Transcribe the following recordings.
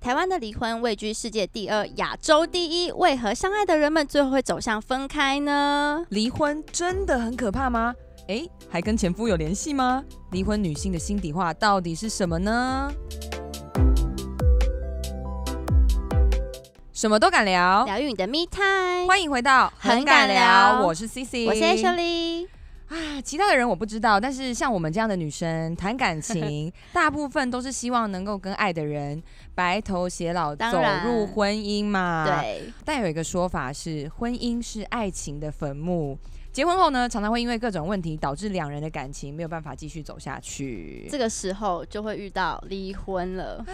台湾的离婚位居世界第二，亚洲第一，为何相爱的人们最后会走向分开呢？离婚真的很可怕吗？诶，还跟前夫有联系吗？离婚女性的心底话到底是什么呢？什么都敢聊，疗愈你的 me time，欢迎回到很敢聊我是 C C，我是 Ashley，啊，其他的人我不知道，但是像我们这样的女生谈感情， 大部分都是希望能够跟爱的人白头偕老，当走然入婚姻嘛。。对，但有一个说法是，婚姻是爱情的坟墓。结婚后呢，常常会因为各种问题导致两人的感情没有办法继续走下去。这个时候就会遇到离婚了。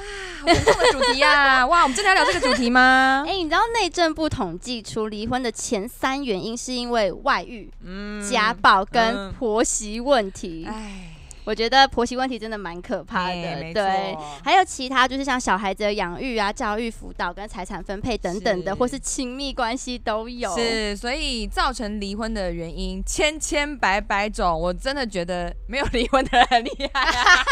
好沉重的主题啊！ 哇，我们真的要聊这个主题 吗哎、？你知道内政部统计出离婚的前三原因是因为外遇、嗯家暴跟嗯婆媳问题。哎，我觉得婆媳问题真的蛮可怕哎的，没对。错还有其他就是像小孩子的养育啊、教育辅导跟财产分配等等的，是或是亲密关系都有。是，所以造成离婚的原因千千百百种，我真的觉得没有离婚的很厉害、 啊。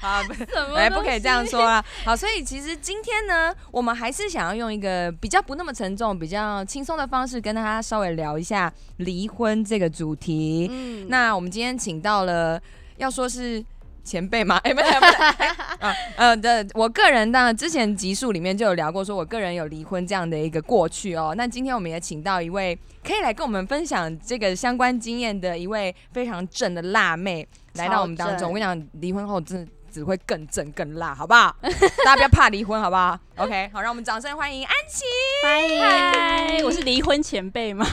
好，不什么？哎，不可以这样。说啊！好，所以其实今天呢，我们还是想要用一个比较不那么沉重、比较轻松的方式，跟大家稍微聊一下离婚这个主题。嗯那我们今天请到了，要说是。前 辈嘛，哎、不对不对，哎 啊呃的，我个人当然之前集数里面就有聊过，说我个人有离婚这样的一个过去哦。那今天我们也请到一位可以来跟我们分享这个相关经验的一位非常正的辣妹来到我们当超正中。我跟你讲，离婚后真的只会更正更辣，好不好？大家不要怕离婚，好不好？OK，好，让我们掌声欢迎安琪。欢嗨，迎，我是离婚前辈吗？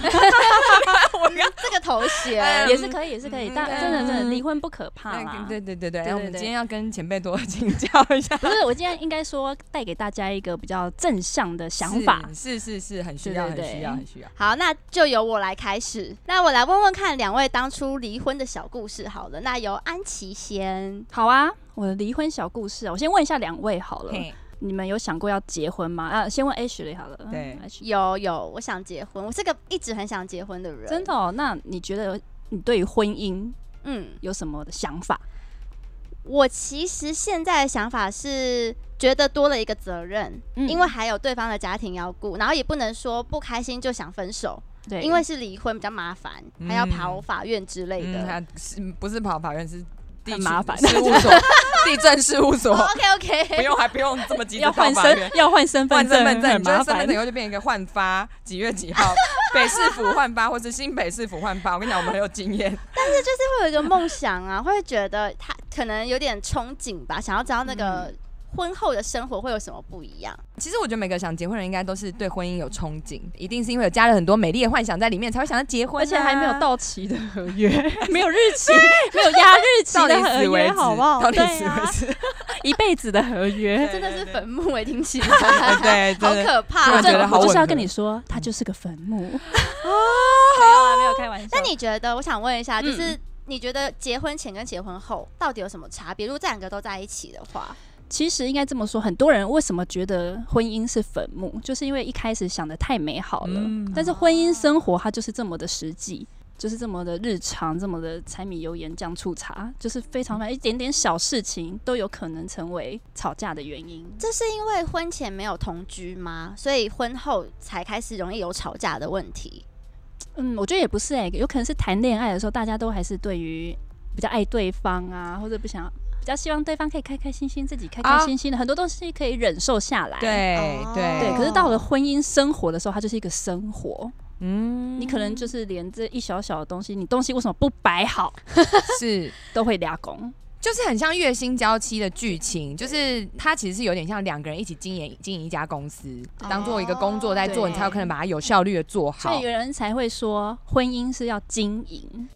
这个头衔。嗯也是可以，也是可以，但嗯真的真的嗯离婚不可怕啊啦。对对对对对对，我们对对今天要跟前辈多请教一下。不是，我今天应该说带给大家一个比较正向的想法。是是是，很需要，对很对需对要，很需要。好，那就由我来开始。那我来问问看两位当初离婚的小故事好了。那由安琪先。好啊，我的离婚小故事啊，我先问一下两位好了，你们有想过要结婚吗？啊，先问 Ashley 好了。对嗯，Ashley 有有，我想结婚，我是个一直很想结婚的人。真的？哦，那你觉得你对于婚姻嗯，有什么的想法？我其实现在的想法是，觉得多了一个责任，嗯因为还有对方的家庭要顾，然后也不能说不开心就想分手，对，因为是离婚比较麻烦，嗯还要跑法院之类的。嗯，他是不是跑法院是地很区麻烦哦事务 所，地震事务所， OK 不 OK，用还不用这么急着要跑换法身院。， 要换身换份身份证，很你觉得麻身份烦证以。后就变一个换发，几月几 号，北市府换发，或是新北市府换发。我跟你讲，我们很有经验。会有一个梦想啊，会觉得他可能有点憧憬吧，想要知道那个嗯婚后的生活会有什么不一样。其实我觉得每个想结婚的人应该都是对婚姻有憧憬，一定是因为有加了很多美丽的幻想在里面，才会想要结婚啊、而且还没有 到期的合约，没有日期， 没有压日期到底的合死 为约，止，好不好？到底对死为啊，止，一辈子的合 约。真的是对坟墓哎、听起啊 来对好对，可怕、哦突我然觉真得的好我就吻是要合跟你说，它就是个坟 墓。没有嗯啊，没有开玩笑那你觉得？我想问一下，嗯就是你觉得结婚前跟结婚后到底有什么差别？如果这两个都在一起的话，其实应该这么说，很多人为什么觉得婚姻是坟墓，就是因为一开始想的太美好了。嗯但是婚姻生活它就是这么的实际，就是这么的日常，这么的柴米油盐酱醋茶，就是非常非常一点点小事情都有可能成为吵架的原因。这是因为婚前没有同居吗？所以婚后才开始容易有吵架的问题？嗯，我觉得也不是哎、有可能是谈恋爱的时候，大家都还是对于比较爱对方啊，或者不想比较希望对方可以开开心心，自己开开心心的，很多东西可以忍受下来。对对哦对，可是到了婚姻生活的时候，它就是一个生活，嗯你可能就是连这一小小的东西，你东西为什么不摆好， 是都会俩拱。就是很像月薪娇妻的剧情，就是它其实是有点像两个人一起经营经营一家公司，当做一个工作在做，对你才有可能把它有效率的做哦所以好有。人才会说，婚姻是要经营。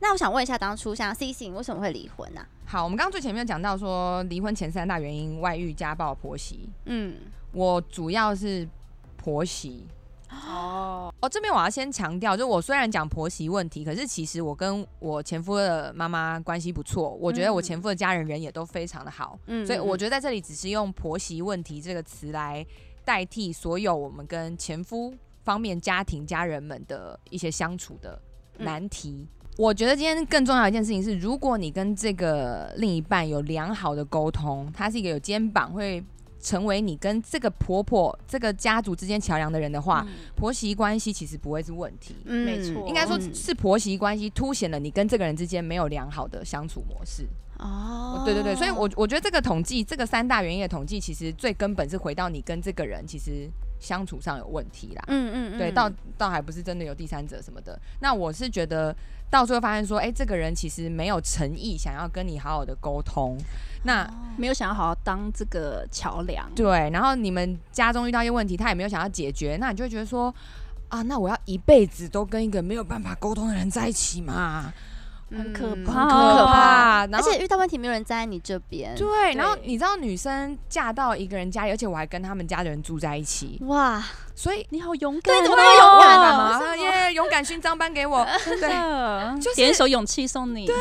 那我想问一下，当初像 C C 为什么会离婚啊呢、好，我们刚刚最前面有讲到说，离婚前三大原因：外遇、家暴、婆媳。嗯，我主要是婆媳。哦，哦，这边我要先强调，就我虽然讲婆媳问题，可是其实我跟我前夫的妈妈关系不错，我觉得嗯我前夫的家人人也都非常的好。嗯所以我觉觉得在这里只是用婆媳问题这个词来代替所有我们嗯跟前夫方面家庭家人们的一些相处的难题。我觉得今天更重要的一件事情是，如果你跟这个另一半有良好的沟通，他是一个有肩膀，会成为你跟这个婆婆、这个家族之间桥梁的人的话，婆媳关系其实不会是问题。嗯没错应该说嗯是婆媳关系凸显了你跟这个人之间没有良好的相处模式。哦，对对对，所以我我觉得这个统计，这个三大原因的统计，其实最根本是回到你跟这个人其实相处上有问题啦。嗯嗯嗯，对，哦倒倒还不是真的有第三者什么的。那我是觉得到最后发现说，哎、这个人其实没有诚意想要跟你好好的沟通。那哦没有想要好好当这个桥梁，对，然后你们家中遇到一些问题，他也没有想要解决，那你就会觉得说，啊，那我要一辈子都跟一个没有办法沟通的人在一起嘛，很可嗯怕很好可可怕。然而后且遇到问题没有人站在你这边，对，然后你知道女生嫁到一个人家里，而且我还跟他们家的人住在一起，哇，所以你好勇敢、对， 哦，怎么那么勇敢干啊？嘛？他耶，勇敢勋章颁给 我。对，的就是点一首勇气送你，对，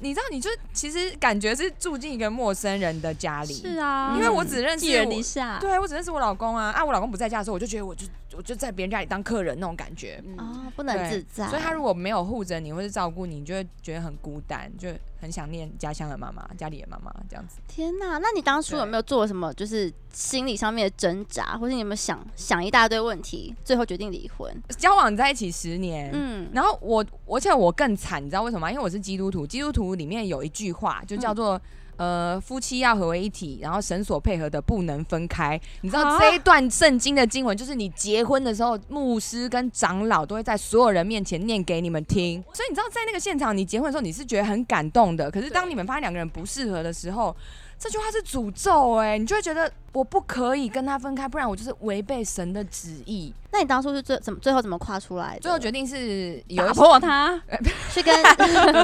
你知道，你就其实感觉是住进一个陌生人的家里，是啊，因为我只认识寄人我篱下，对我只认识我老公啊啊，我老公不在家的时候，我就觉得我就我就在别人家里当客人那种感觉，嗯，哦，不能对自在，所以他如果没有护着你或是照顾你，你就会觉得很孤单，就很想念家乡的妈妈、家里的妈妈这样子。天哪，那你当初有没有做什么，就是心理上面的挣扎，或是你有没有想想一大堆问题，最后决定离婚？交往在一起十年，嗯，然后我，而且我更惨，你知道为什么吗？因为我是基督徒，基督徒里面有一句话就叫做。呃，夫妻要合为一体，然后神所配合的不能分开。你知道啊这一段圣经的经文，就是你结婚的时候，牧师跟长老都会在所有人面前念给你们听。所以你知道，在那个现场，你结婚的时候，你是觉得很感动的。可是当你们发现两个人不适合的时候，这句话是诅咒哎、你就会觉得我不可以跟他分开，不然我就是违背神的旨意。那你当初是最怎么最后怎么跨出来的？最后决定是有一打些破它，去 跟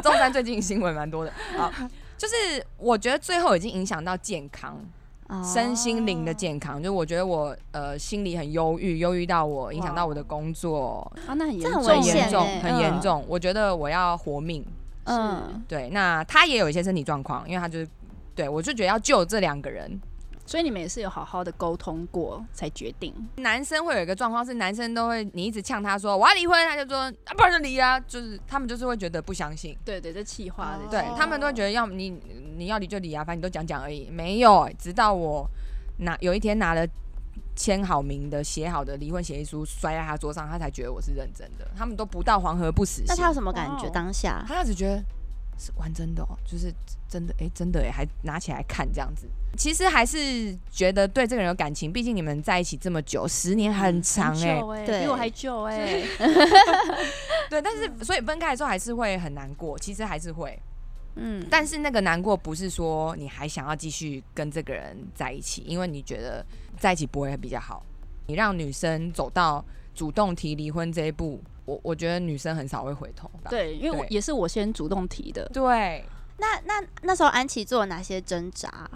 中山最近新闻蛮多的啊，好就是我觉得最后已经影响到健康，身心灵的哦健康。就是我觉得我呃心里很忧郁，忧郁到我影响到哇我的工作，啊，那很严这很重，危很哦严险重欸，很严嗯重。我觉得我要活命。嗯，对，那他也有一些身体状况，因为他就是对我就觉得要救这两个人。所以你们也是有好好的沟通过才决定，男生会有一个状况是，男生都会你一直呛他说我要离婚，他就说啊不然就离啊，就是他们就是会觉得不相信。对对，这气话的，哦对他们都会觉得要你你要离就离啊，反正你都讲讲而已。没有，直到我拿有一天拿了签好名的、写好的离婚协议书摔在他桌上，他才觉得我是认真的。他们都不到黄河不死心。那他有什么感哇觉？哦当下他只觉得是玩真的哦，就是真的哎、诶真的哎、还拿起来看这样子。其实还是觉得对这个人有感情，毕竟你们在一起这么久，十年很长哎、久欸对比我还久哎，对，但是所以分开的时候还是会很难过，其实还是会。嗯，但是那个难过不是说你还想要继续跟这个人在一起，因为你觉得在一起不会比较好。你让女生走到主动提离婚这一步，我我觉得女生很少会回头吧。对，因为我对也是我先主动提的，对，那那那时候安琪做了哪些挣扎？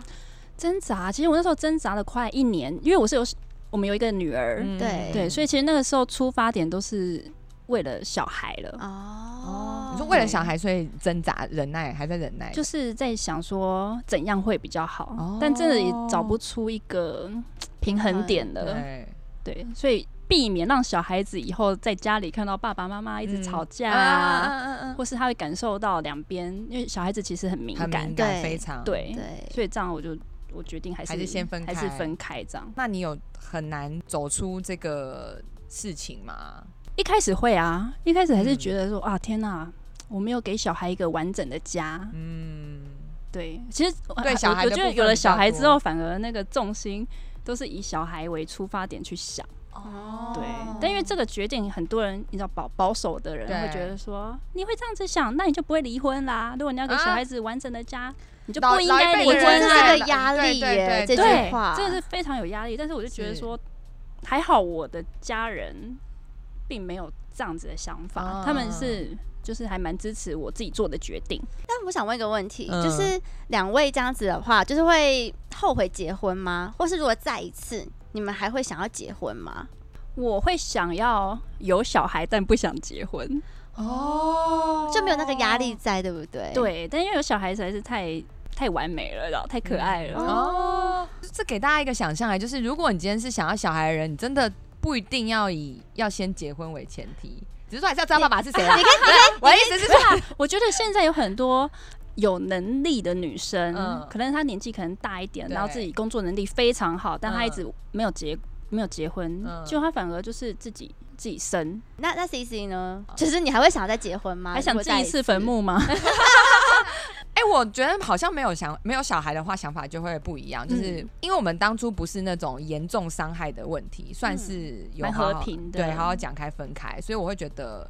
挣扎，其实我那时候挣扎了快一年，因为我是有我们有一个女儿，嗯对对，所以以其实那个时候出发点都是为了小孩了，哦，你说为了小孩所以挣扎忍耐，还在忍耐，就是是在想说怎样会比较好，哦但真的也找不出一个嗯平衡点了。对对，所以避免让小孩子以后在家里看到爸爸妈妈一直嗯吵架啊，啊，或是他会感受到两边，因为小孩子其实很敏很感敏，对感，非常。对，对，所以这样我就我决定还是还是先分开还是分开这样。那你有很难走出这个事情吗？一开始会啊，一开始还是嗯觉得说、啊，天哪、我没有给小孩一个完整的家，嗯，对，其实我对小孩我的觉部得分有了比较小孩之后，多反而那个重心都是以小孩为出发点去想。哦对，但因为这个个决定，很多人你知道保保守的人会对觉得说，你会这样子想，那你就不会离婚啦。如果你要给小啊孩子完整的家，你就老不应老一该辈离我的觉婚得人这是啊对啦。个压对力对耶，对这对句话，这个是非常有压力。但是我就觉得是说，还好我的家人并没有这样子的想法，他啊们是就是还蛮支持我自己做的决定。但我想问一个问题，嗯就是两位这样子的话，就是会后悔结婚吗？或是如果再一次，你们还会想要结婚吗？我会想要有小孩，但不想结婚。哦就没有那个压力在，对不对？，对，但因为有小孩实在是太太完美了，然后太嗯可爱了。哦。这给大家一个想象啊，就是如果你今天是想要小孩的人，你真的不一定要以要先结婚为前提，只是说还是要知道爸爸是谁啦。你 可以我的意思是说，我觉得现在有很多有能力的女生，嗯可能她年纪可能大一点，对然后自己工作能力非常好，但她一直没有结、没有结婚，嗯就她反而就是自己自己生，那那 C C 呢？就是你还会想要再结婚啊吗？还想如果自己再次坟？墓吗？哎、我觉得好像没有想没有小孩的话，想法就会不一样，就是、嗯因为我们当初不是那种严重伤害的问题，算嗯是有蛮好好和平的对，好好讲开分开，所以我会觉得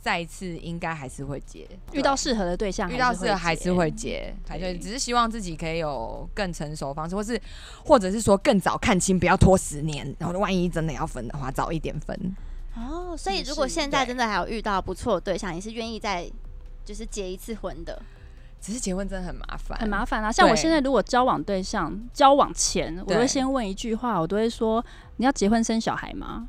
再一次应该还是会结， 遇到适合的对象，遇到是还是结会结，还是对会只是希望自己可以有更成熟的方式，或是或者是说更早看清，不要拖十年，然后万一真的要分的话，早一点分。哦，所以也如果是现在对真的还有遇到不错的对象，你是愿意再就是结一次婚的？只是结婚真的很麻烦，很麻烦啊。像我对现在如果交往对象交往前，我对会先问一句话，我都会说：你要结婚生小孩 吗？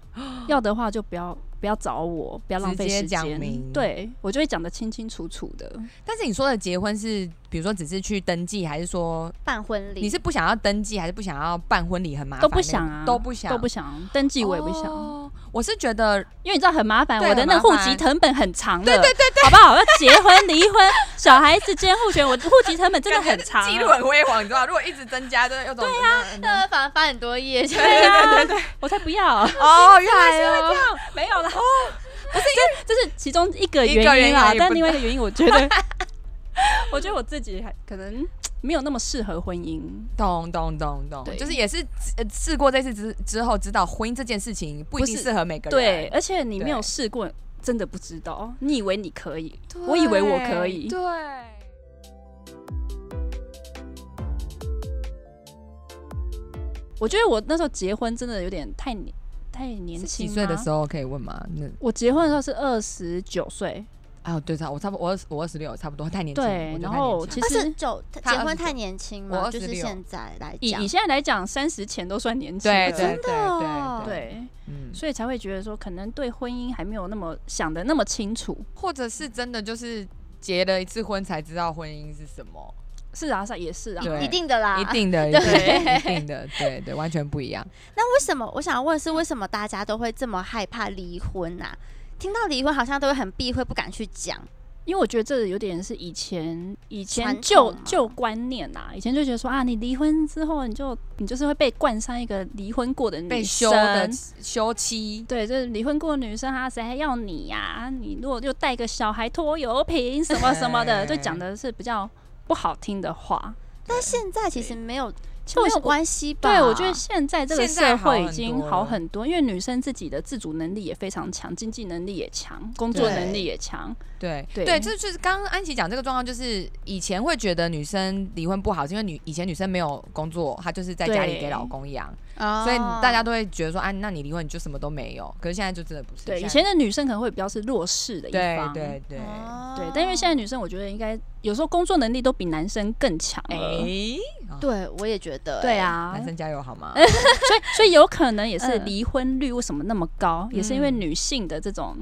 要的话就不要不要找我，不要浪费直接时讲间。明对我就会讲的清清楚楚的。但是你说的结婚是，比如说只是去登记，还是说办婚礼？你是不想要登记，还是不想要办婚礼很麻烦？都不想啊，都不想，都不想登记，我也不想，哦我是觉得，因为你知道很麻烦，对我的那很户麻烦籍成本很长的，对对对对，好不好？要结婚、离婚、 小孩子监护权，我户籍成本真的很长啊，记录很辉煌，你知道吗，如果一直增加，就有种对嗯呀、那反而呃翻很多页， 就对啊，我才不要，哦，原来哦，没有啦，不是因为这是其中一个一个原因原因啊而，已但不另外一个原因，我觉 得，我觉得我自己还可能没有那么适合婚姻，懂懂懂懂，对就是也是呃试过这次之之后，知道婚姻这件事情不一定不是适合每个人。对，而且你没有对试过，真的不知道，你以为你可以，对我以为我可以对。我觉得我那时候结婚真的有点太年太年是轻啊几吗，岁的时候可以问吗？那我结婚的时候是二十九岁，啊，对，差我差不多，我二十我二十六，差不多太年轻了。对我觉，得然太年后轻了其二十实九他结婚29太年轻我嘛， 26就是现在来以讲以，现在来讲，三十前都算年轻对对了，对真的哦对，对，嗯，所以才会觉得说，可能对婚姻还没有那么想的那么清楚。或者是真的就是结了一次婚才知道婚姻是什么，是啊，是啊，也是啊，对一定的啦。一定 的，一定的，一定的，对对，完全不一样。那为什么我想问是嗯为什么大家都会这么害怕离婚啊？听到离婚好像都会很避讳，不敢去讲。因为我觉得这有点是以前以前传旧啊统嘛旧观念呐、以前就觉得说啊，你离婚之后，你就你就是会被冠上一个离婚过的女生，被休的休妻，对，就是离婚过的女生啊，谁还要你呀、你如果又带个小孩拖油瓶什么什么的，就讲的是比较不好听的话。但现在其实没有其实没有我关系吧？对，我觉得现在这个现在社好会已很经多好了很多，因为女生自己的自主能力也非常强，经济能力也强，工作能对力也强。对对对，这就是刚刚安琪讲这个状况，就是以前会觉得女生离婚不好，是因为女以前女生没有工作，她就是在家里对给老公养，哦所以大家都会觉得说，啊，那你离婚你就什么都没有。可是现在就真的不是，对，以现前的女生可能会比较是弱势的一在方。对对对，哦对，但因为现在在女生，我觉得应该有时候工作能力都比男生更强了。哎，对我也觉得、对欸，啊男，生加油好 吗？所以所以有可能也是嗯离婚率为什么那么高，也是因为嗯女性的这种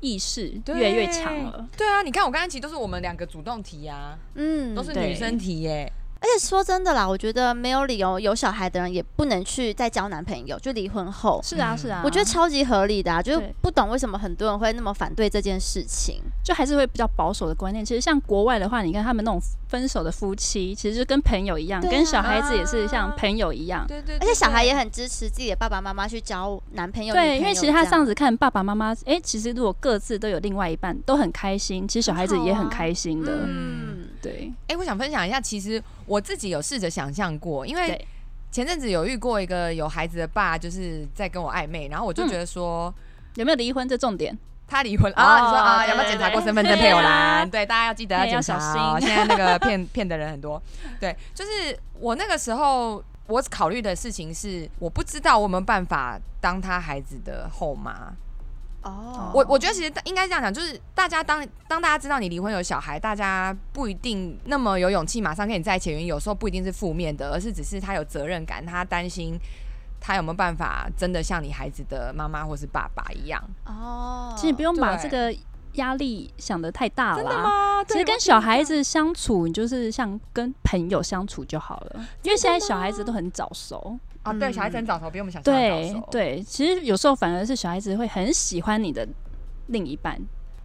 意识越来越强了。对啊，你看我刚才其实都是我们两个主动提啊，嗯都是对女生提耶、 而且说真的啦，我觉得没有理由有小孩的人也不能去再交男朋友，就离婚后，是啊，是啊，我觉得超级合理的啊，就是对不懂为什么很多人会那么反对这件事情。就还是会比较保守的观念。其实像国外的话，你看他们那种分手的夫妻，其实就跟朋友一样，对啊跟小孩子也是像朋友一样。对对而且小孩也很支持自己的爸爸妈妈去交男朋友，对，女朋友因为其实他这样上次看爸爸妈妈，哎、其实如果各自都有另外一半，都很开心，其实小孩子也很开心的。很好啊嗯，对，哎、我想分享一下，其实我自己有试着想象过，因为对前阵子有遇过一个有孩子的爸，就是在跟我暧昧，然后我嗯就觉得说。有没有离婚这重点？他离婚了啊！你说哦啊，对有没有对检查对过身份证对配偶啊栏？对，大家要记得要对要检查小哦。心现在那个骗骗的人很多。对，就是我那个时候，我考虑的事情是，我不知道我有没有办法当他孩子的后妈。哦，我我觉得其实应该这样讲，就是大家当当大家知道你离婚有小孩，大家不一定那么有勇气马上跟你在一起，原因有时候不一定是负面的，而是只是他有责任感，他担心他有没有办法真的像你孩子的妈妈或是爸爸一样。哦，其实不用把这对个压力想得太大真了的啊。吗？其实跟小孩子相处，你就是像跟朋友相处就好了，因为现在小孩子都很早熟。啊，对，小孩子很早熟，比我们想象的早嗯对熟。对，其实有时候反而是小孩子会很喜欢你的另一半。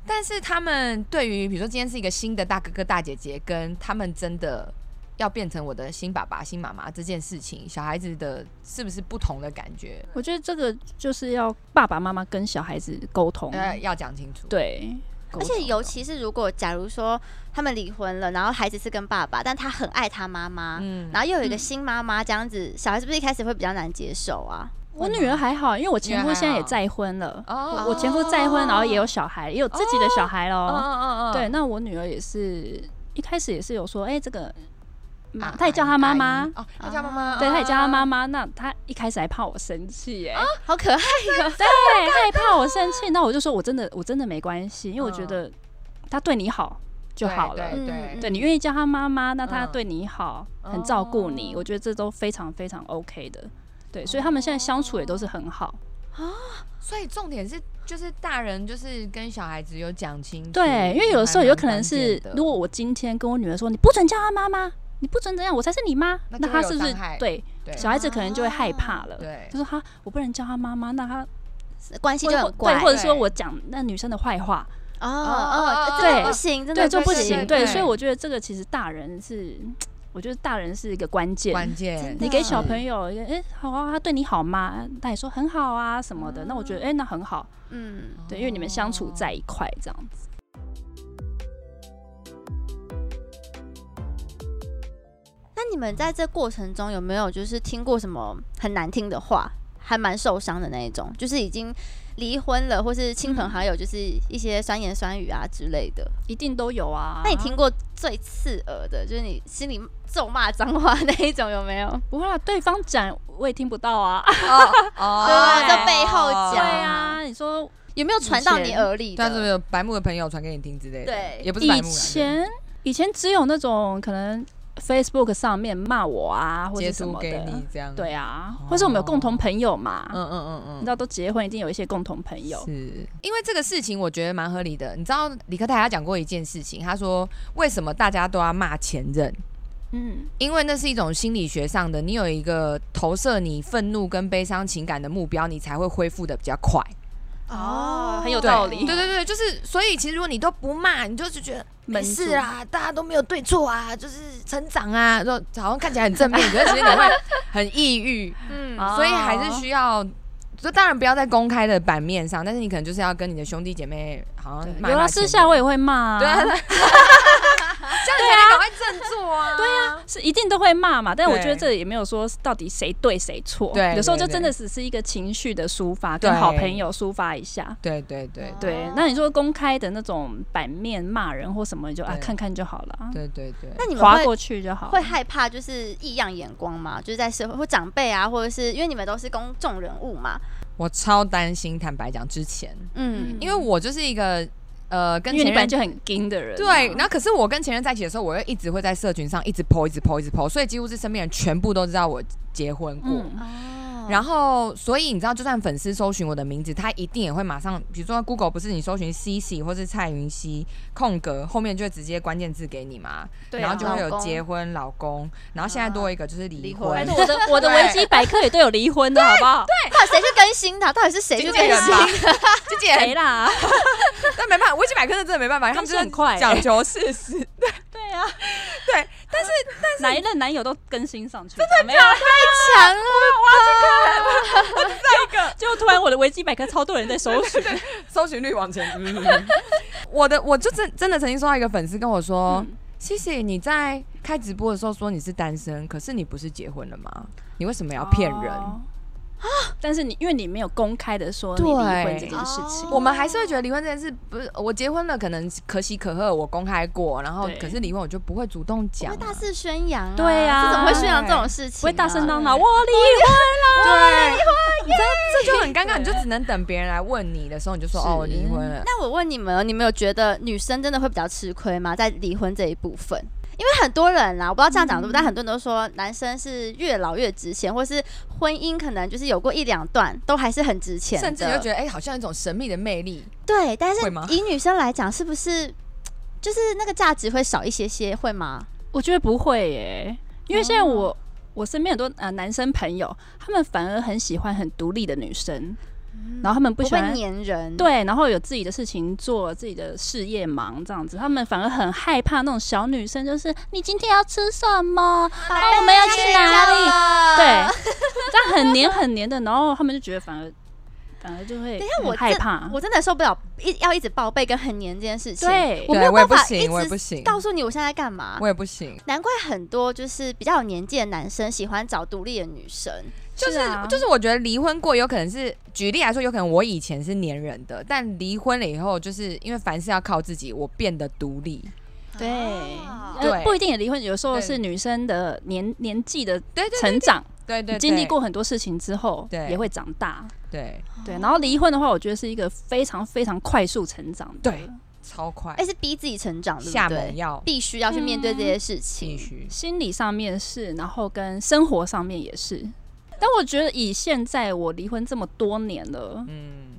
但是他们对于比如说今天是一个新的大哥哥大姐姐，跟他们真的要变成我的新爸爸新妈妈这件事情，小孩子的是不是不同的感觉？我觉得这个就是要爸爸妈妈跟小孩子沟通，呃，要讲清楚。，嗯对，而且尤其是如果假如说他们离婚了，然后孩子是跟爸爸，但他很爱他妈妈，嗯，然后又有一个嗯新妈妈这样子，小孩是不是一开始会比较难接受啊？我会吗女儿还好，因为我前夫现在女儿还也好再婚了，哦我前夫再婚，然后也有小孩，也有自己的小孩哦，喽。哦哦，对，那我女儿也是一开始也是有说，哎，这个妈啊，，她也叫她妈阿妈姨，哦，她叫妈妈，对，她也叫她妈妈，妈。那她一开始还怕我生气哦 耶，好可爱，对，害怕我生气，那我就说我真的我真的没关系，因为我觉得他对你好就对好了。对嗯嗯对嗯对你愿意叫他妈妈，那他嗯对你好，很照顾你，哦我觉得这都非常非常 OK 的。对，所以他们现在相处也都是很好。所以重点是，就是大人就是跟小孩子有讲清楚。对，因为有的时候还蛮有可能是关键，的如果我今天跟我女儿说你不准叫她妈妈，你不准怎样，我才是你妈，那就那会她有是不是伤害对对小孩子可能就会害怕了？对就说哈，我不能叫她妈妈，那她关系就或很或怪对，或者说对我讲那女生的坏话，哦哦哦，哦这真的对不行，真对，的就不对行。对对，对所以我觉得这个其实大人是，我觉得大人是一个关键。关键真的你给小朋友一个，哎、好啊，他对你好吗？他也说很好啊什么的。那我觉得，哎、那很好，嗯，对，因为你们相处在一块这样子。那你们在这过程中有没有就是听过什么很难听的话，还蛮受伤的那一种？就是已经离婚了，或是亲嗯朋好友，就是一些酸言酸语啊之类的。一定都有啊。那你听过最刺耳的，就是你心里咒骂脏话那一种有没有？不会啊？对方讲我也听不到啊。哦 哦对在背后对讲啊，你说有没有传到你耳里对啊，是不的？是白木的朋友传给你听之类的？对也不是白啊以木啦。前以前只有那种可能 Facebook 上面骂我啊，或截者什图么给的你。哦这样。对啊，或是我们有共同朋友嘛，嗯，嗯嗯嗯你知道都结婚一定有一些共同朋友。是因为这个事情，我觉得蛮合理的。你知道李克泰他讲过一件事情，他说为什么大家都要骂前任？嗯，因为那是一种心理学上的，你有一个投射你愤怒跟悲伤情感的目标，你才会恢复的比较快。哦很有对道理。对对对，就是所以其实如果你都不骂，你就是觉得没闷事住啦，大家都没有对错啊，就是成长啊，就好像看起来很正 面，可是其实你会很抑郁，嗯哦所以还是需要。就当然不要在公开的版面上，但是你可能就是要跟你的兄弟姐妹好像对骂有骂啊，前私下我任也会骂、啊。对 啊，对啊这样你才能赶快振作 啊！对啊，是一定都会骂嘛，但我对觉得这也没有说到底谁对谁错，对有时候就对真的只是一个情绪的抒发，对跟好朋友抒发一下。对对对哦对，那你说公开的那种版面骂人或什么，你就啊对看看就好了啊，对对对。那你们划过会去就好了会。害怕就是异样眼光吗？就是在社会或长辈啊，或者是因为你们都是公众人物嘛，我超担心，坦白讲，之前嗯嗯因为我就是一个呃跟因为你前本来任就很硬的人啊，对，然后可是我跟前任在一起的时候，我又一直会在社群上一直 po 一直 po 一直 po，所以几乎是身边人全部都知道我结婚过。嗯，哦然后，所以你知道，就算粉丝搜寻我的名字，他一定也会马上，比如说 Google 不是你搜寻 Cici 或是蔡云熙空格后面就会直接关键字给你嘛，对啊然后就会有老公 结婚、老公，然后现在多一个就是离离婚，婚拜托 我的我的对维基百科也都有离婚的好不好？到底谁去更新他？到底是谁去经更纪人新吧？，啊 经纪人谁啦？但没办法，维基百科是真的没办法，他们就是很快欸讲求事实。 对啊，对， 但是哪一任男友都更新上去，真的没有啊？强了， 就突然我的维基百科超多人在搜 寻，搜寻率 往前。我的我就真真的曾经收到一个粉丝跟我说嗯：“谢谢你在开直播的时候说你是单身，可是你不是结婚了吗？你为什么要骗人？”哦但是你因为你没有公开的说你离婚这件事情，对我们还是会觉得离婚这件事不是我结婚了，可能可喜可贺，我公开过，然后对可是离婚我就不会主动讲会啊、大肆宣扬啊，对啊这怎么会宣扬这种事情啊？不会大声嚷嚷我离婚。对，你知道这就很尴尬，你就只能等别人来问你的时候，你就说是哦我离婚了。那我问你们哦，你们有觉得女生真的会比较吃亏吗？在离婚这一部分，因为很多人啦，我不知道这样讲对不对，但很多人都说男生是越老越值钱，或是婚姻可能就是有过一两段都还是很值钱的，甚至你就觉得，哎、好像一种神秘的魅力，对。但是会吗以女生来讲，是不是就是那个价值会少一些些，会吗？我觉得不会耶，因为现在哦我、我身边很多呃男生朋友，他们反而很喜欢很独立的女生，然后他们不不喜会欢粘人，，对，然后有自己的事情做，自己的事业忙这样子，他们反而很害怕那种小女生，就是你今天要吃什么？哦，我们哎要去哪里？里对， 这样很黏很黏的，然后他们就觉得反而反而就会等一下很我害真怕，我真的受不了一要一直报备跟很黏这件事情，对我没对有我也办不法行一我也不直行告诉你我现在在干嘛我。也不行。难怪很多就是比较有年纪的男生喜欢找独立的女生，就是啊就是，我觉得离婚过有可能是，举例来说，有可能我以前是粘人的，但离婚了以后，就是因为凡事要靠自己，我变得独立。对啊呃对不一定也离婚，有时候是对女生的年年纪的对对对成长，对对，经历过很多事情之后，对也会长大。对，对，哦然后离婚的话，我觉得是一个非常非常快速成长的。对超快哎、，是逼自己成长，对下不猛对？药必须要去面对这些事情必。须。心理上面是，然后跟生活上面也是。但我觉得以现在我离婚这么多年了，嗯，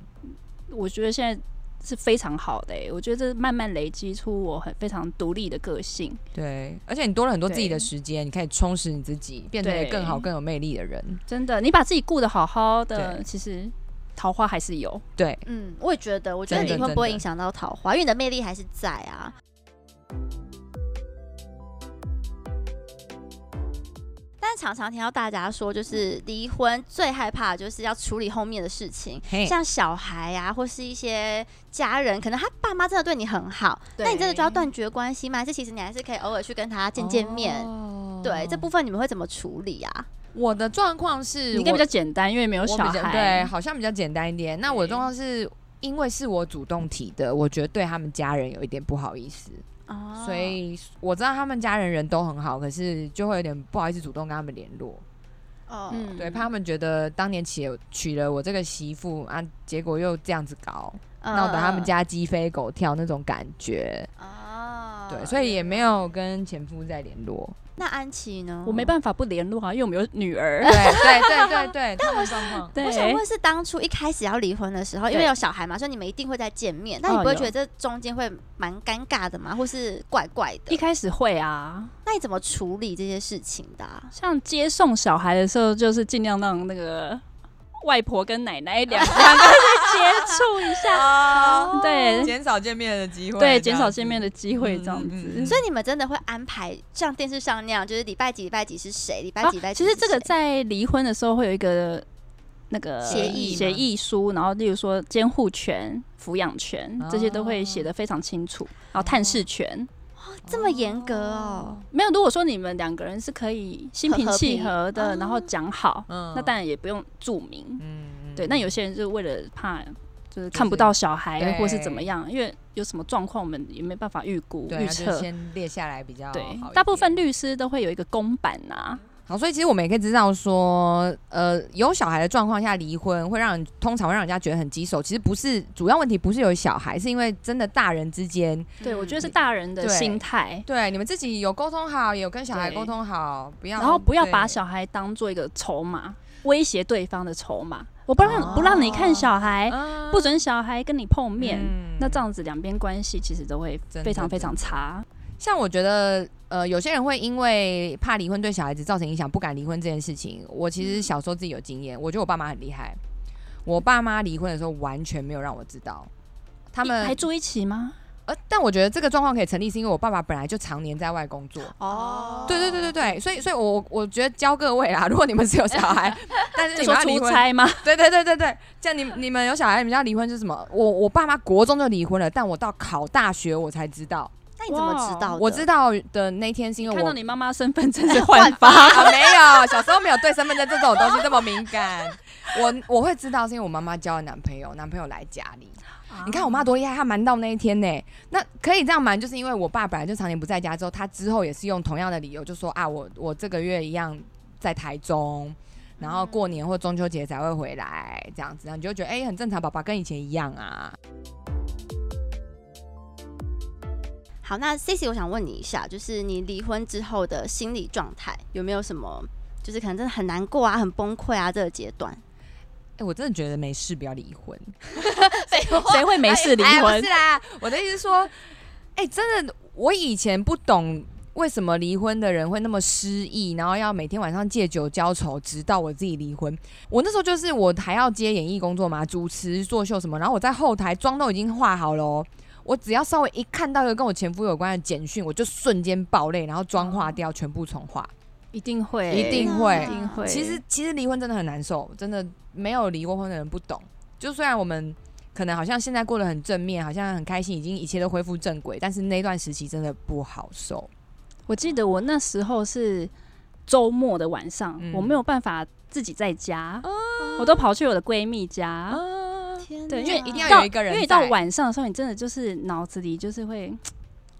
我觉得现在是非常好的、欸。我觉得这慢慢累积出我很非常独立的个性。对，而且你多了很多自己的对时间，你可以充实你自己，变成一个更好、对更有魅力的人。真的，你把自己顾得好好的，对其实桃花还是有。对，嗯，我也觉得，我觉得真的离婚不会真的影响到桃花，因为你的魅力还是在啊。但常常听到大家说，就是离婚最害怕的就是要处理后面的事情，嘿，像小孩啊，或是一些家人，可能他爸妈真的对你很好，那你真的就要断绝关系吗？还是其实你还是可以偶尔去跟他见见面？哦对，这部分你们会怎么处理啊？我的状况是，你应该比较简单，因为没有我小比较对，孩。好像比较简单一点。那我的对状况是因为是我主动提的，我觉得对他们家人有一点不好意思，哦所以我知道他们家人人都很好，可是就会有点不好意思主动跟他们联络，哦，嗯对，怕他们觉得当年娶了娶了我这个媳妇啊，结果又这样子搞，闹得他们家鸡飞狗跳那种感觉，哦，对，所以也没有跟前夫再联络。那安琪呢？我没办法不联络啊，因为我们有女儿呃对。对对对对，他们状况。对，我想问，是当初一开始要离婚的时候，因为欸对有小孩嘛，所以你们一定会再见面，但你哦不会有觉得这中间会蛮尴尬的吗？或是怪怪一的？开始会啊，那你怎么处理这些事情的啊、像接送小孩的时候，就是尽量让那个外婆跟奶奶两两个去接触一 下，哦啊对减少见面的机会对，减少见面的机会这样嗯子。嗯嗯嗯所以你们真的会安排像电视上那样，就是礼拜几礼拜几是谁，礼拜啊几礼拜几其是实谁、这个在离婚的时候会有一个那个协议吗协议书，然后例如说监护权、抚养权哦这些都会写的非常清楚，然后探视权。这么严格哦。没有，如果说你们两个人是可以心平和和平气和的，哦然后讲好，嗯那当然也不用注明。嗯对，那有些人就是为了怕，就是就看不是到小孩对或是怎么样，因为有什么状况我们也没办法预估对预啊就测。先列下来比较对好，一大部分点律师都会有一个公版啊，好，所以其实我们也可以知道说，呃，有小孩的状况下离婚会让人通常会让人家觉得很棘手。其实不是主要问题，不是有小孩，是因为真的大人之间，对我觉得是嗯大人的对心态，对你们自己有沟通好，也有跟小孩对沟通好，不要然后不要对把小孩当做一个筹码，威胁对方的筹码。我不让不让你哦看小孩，嗯不准小孩跟你碰面，嗯那这样子两边关系其实都会真非的常非真常差。像我觉得，呃，有些人会因为怕离婚对小孩子造成影响，不敢离婚这件事情，我其嗯实小时候自己有经验，我觉得我爸妈很厉害。我爸妈离婚的时候完全没有让我知道，他一们还住一起吗？呃，但我觉得这个状况可以成立，是因为我爸爸本来就常年在外工作。哦，对对对对对，所以所以我，我我觉得教各位啦，如果你们是有小 孩，但是就你说们要离出婚，差吗？对对对对对，这样你你们有小孩，你们要离婚是什么？我我爸妈国中就离婚了，但我到考大学我才知道，那你怎么知道的？我知道的那天是因为看我到你妈妈身份证 是换换发，啊，没有，小时候没有对身份证这种东西这么敏感。我我会知道是因为我妈妈交了男朋友，男朋友来家里。你看我妈多厉害，她瞒到那一天呢、那可以这样瞒，就是因为我爸本来就常年不在家，之后她之后也是用同样的理由，就说啊，我我这个月一样在台中。然后过年或中秋节才会回来，这样子，然后你就会觉得哎、很正常，爸爸跟以前一样啊。好，那 C C，我想问你一下，就是你离婚之后的心理状态有没有什么，就是可能真的很难过啊，很崩溃啊这个阶段？哎、我真的觉得没事，不要离婚。谁会没事离哎哎婚不是？啦，我的意思是说，哎、真的，我以前不懂为什么离婚的人会那么失意，然后要每天晚上借酒浇愁，直到我自己离婚。我那时候就是我还要接演艺工作嘛，主持、作秀什么，然后我在后台妆都已经化好了哦。我只要稍微一看到一个跟我前夫有关的简讯，我就瞬间爆泪，然后妆化掉，全部重化。一定会，一定会一定会。其实其实离婚真的很难受，真的没有离过婚的人不懂。就虽然我们可能好像现在过得很正面，好像很开心，已经一切都恢复正轨，但是那段时期真的不好受。我记得我那时候是周末的晚上，嗯我没有办法自己在家，我都跑去我的闺蜜家。天对，哪因为一定要啊到有一个人因为到在晚上的时候，你真的就是脑子里就是会多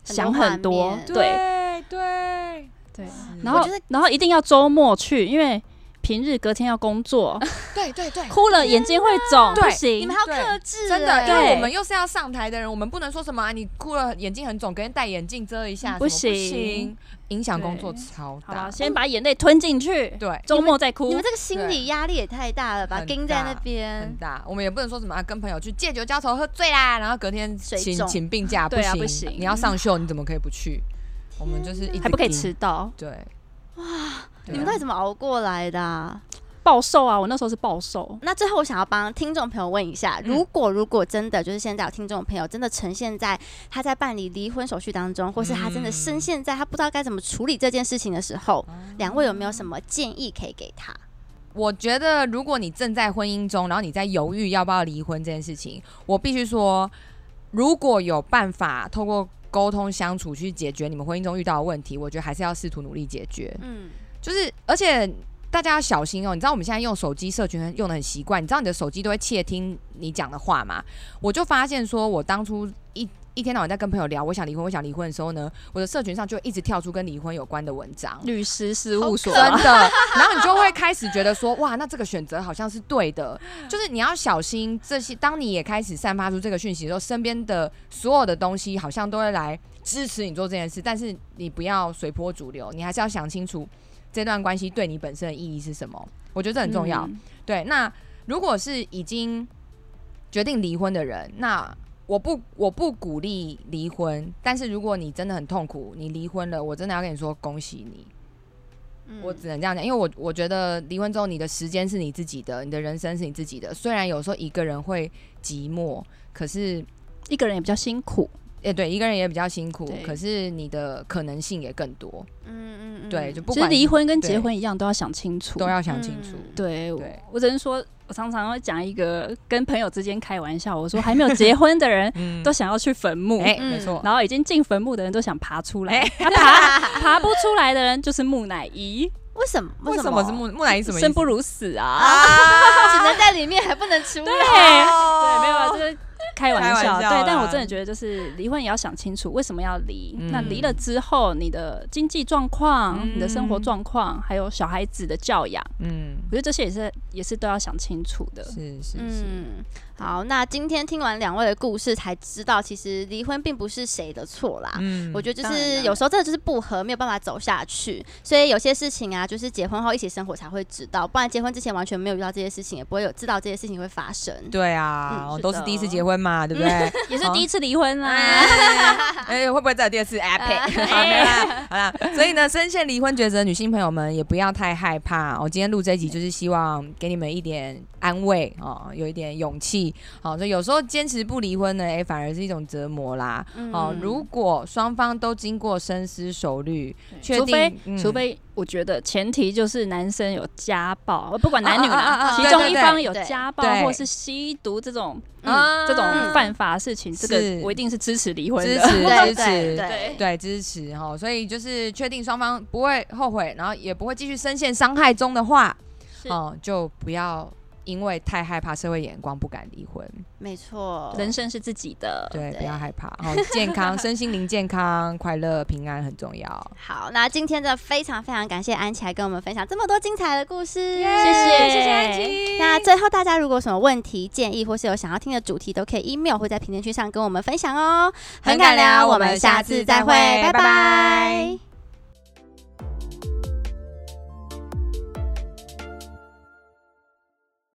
想画很多面，对嗯对对，对。是然我后觉得，然后一定要周末去，因为平日隔天要工 作，对对对。哭了眼睛会肿，对不你行们。还要对克制欸，真的，因对为我们又是要上台的人，我们不能说什么啊，你哭了眼睛很肿，给人戴眼镜遮一下，不什么行行，影响工作对超好大吧，。先把眼泪吞进去，对，周末再哭你。们这个心理压力也太大了吧？很盯在那大边很，大，我们也不能说什么啊，跟朋友去借酒浇愁喝醉啦，然后隔天水请肿请病假，对啊不不行你要上秀，你怎么可以不去？我们就是一直还不可以盯迟，到，对，啊哇，你们到底怎么熬过来的啊？暴瘦啊！我那时候是暴瘦，那最后，我想要帮听众朋友问一下，嗯如果如果真的就是现在有听众朋友真的呈现在他在办理离婚手续当中，或是他真的深陷在他不知道该怎么处理这件事情的时候，嗯两位有没有什么建议可以给他？我觉得，如果你正在婚姻中，然后你在犹豫要不要离婚这件事情，我必须说，如果有办法透过沟通相处去解决你们婚姻中遇到的问题，我觉得还是要试图努力解决。嗯，就是，而且大家要小心哦。你知道我们现在用手机社群很用的很习惯，你知道你的手机都会窃听你讲的话嘛？我就发现说，我当初一一天到晚在跟朋友聊我想离婚，我想离婚的时候呢，我的社群上就一直跳出跟离婚有关的文章。律师事务所真的， 然后你就会开始觉得说，哇，那这个选择好像是对的，就是你要小心这些。当你也开始散发出这个讯息的时候，身边的所有的东西好像都会来支持你做这件事，但是你不要随波逐流，你还是要想清楚这段关系对你本身的意义是什么。我觉得这很重要。嗯对，那如果是已经决定离婚的人，那我不我不鼓励离婚，但是如果你真的很痛苦，你离婚了，我真的要跟你说恭喜你。我只能这样讲，因为我我觉得离婚之后，你的时间是你自己的，你的人生是你自己的。虽然有时候一个人会寂寞，可是一个人也比较辛苦，也对，一个人也比较辛苦对，可是你的可能性也更多。嗯嗯嗯对，就不其实管离婚跟结对婚一样，都要想清楚。都要想清楚。对，我对我只能说，我常常会讲一个跟朋友之间开玩笑，我说还没有结婚的人 嗯都想要去坟墓，哎，嗯没错，然后已经进坟墓的人都想爬出来，哎他爬 爬不出来的人就是木乃伊，为什么？为什什么么是木木乃伊？什么意生思不？如死啊！啊？只能在里面，还不能 出对啊来。哦 对，没有啊，就是开玩开笑。玩笑对啦，但我真的觉得就是离婚也要想清楚为什么要离。嗯那离了之后，你的经济状况、嗯你的生活状况，还有小孩子的教养，嗯，我觉得这些也是也是都要想清楚的。是是是，嗯，好，那今天听完两位的故事，才知道其实离婚并不是谁的错啦。嗯我觉得就当然当是然有时候真的就是不合，没有办法走下去，所以有些事情啊，就是结婚后一起生活才会知道，不然结婚之前完全没有遇到这些事情，也不会有知道这些事情会发生。对啊，嗯是都是的嗯第一次结婚嘛，对不对？也是第一次离婚啦。哎， 哎会不会再有第 二次？哎，呸！ 好啦，好啦。所以呢，深陷离婚抉择的女性朋友们也不要太害怕。哦我、今天录这一集就是希望给你们一点安慰哦，有一点勇气。好、所以有时候坚持不离婚呢，哎，反而是一种折磨啦。嗯哦，如果双方都经过深思熟虑，确除定非，嗯除非我觉得前提就是男生有家暴，不管男女啊啊啊啊啦，其对中对一对方有对家暴对或是吸毒这种嗯啊这种嗯犯法事情，这是个我一定是支持离婚支的。持对对支持，对，对支持哈、所以就是确定双方不会后悔，然后也不会继续深陷伤害中的话，是哦、就不要因为太害怕社会眼光不敢离婚，没错，人生是自己的，对，哦对不要害怕，哦，健康、身心灵健康、 快乐、平安很重要。好，那今天真的非常非常感谢安琪来跟我们分享这么多精彩的故事，谢谢谢谢安琪。那最后，大家如果有什么问题、建议，或是有想要听的主题，都可以 email 或在评论区上跟我们分享哦。很敢聊我我们们下下次次再再会，会拜拜拜拜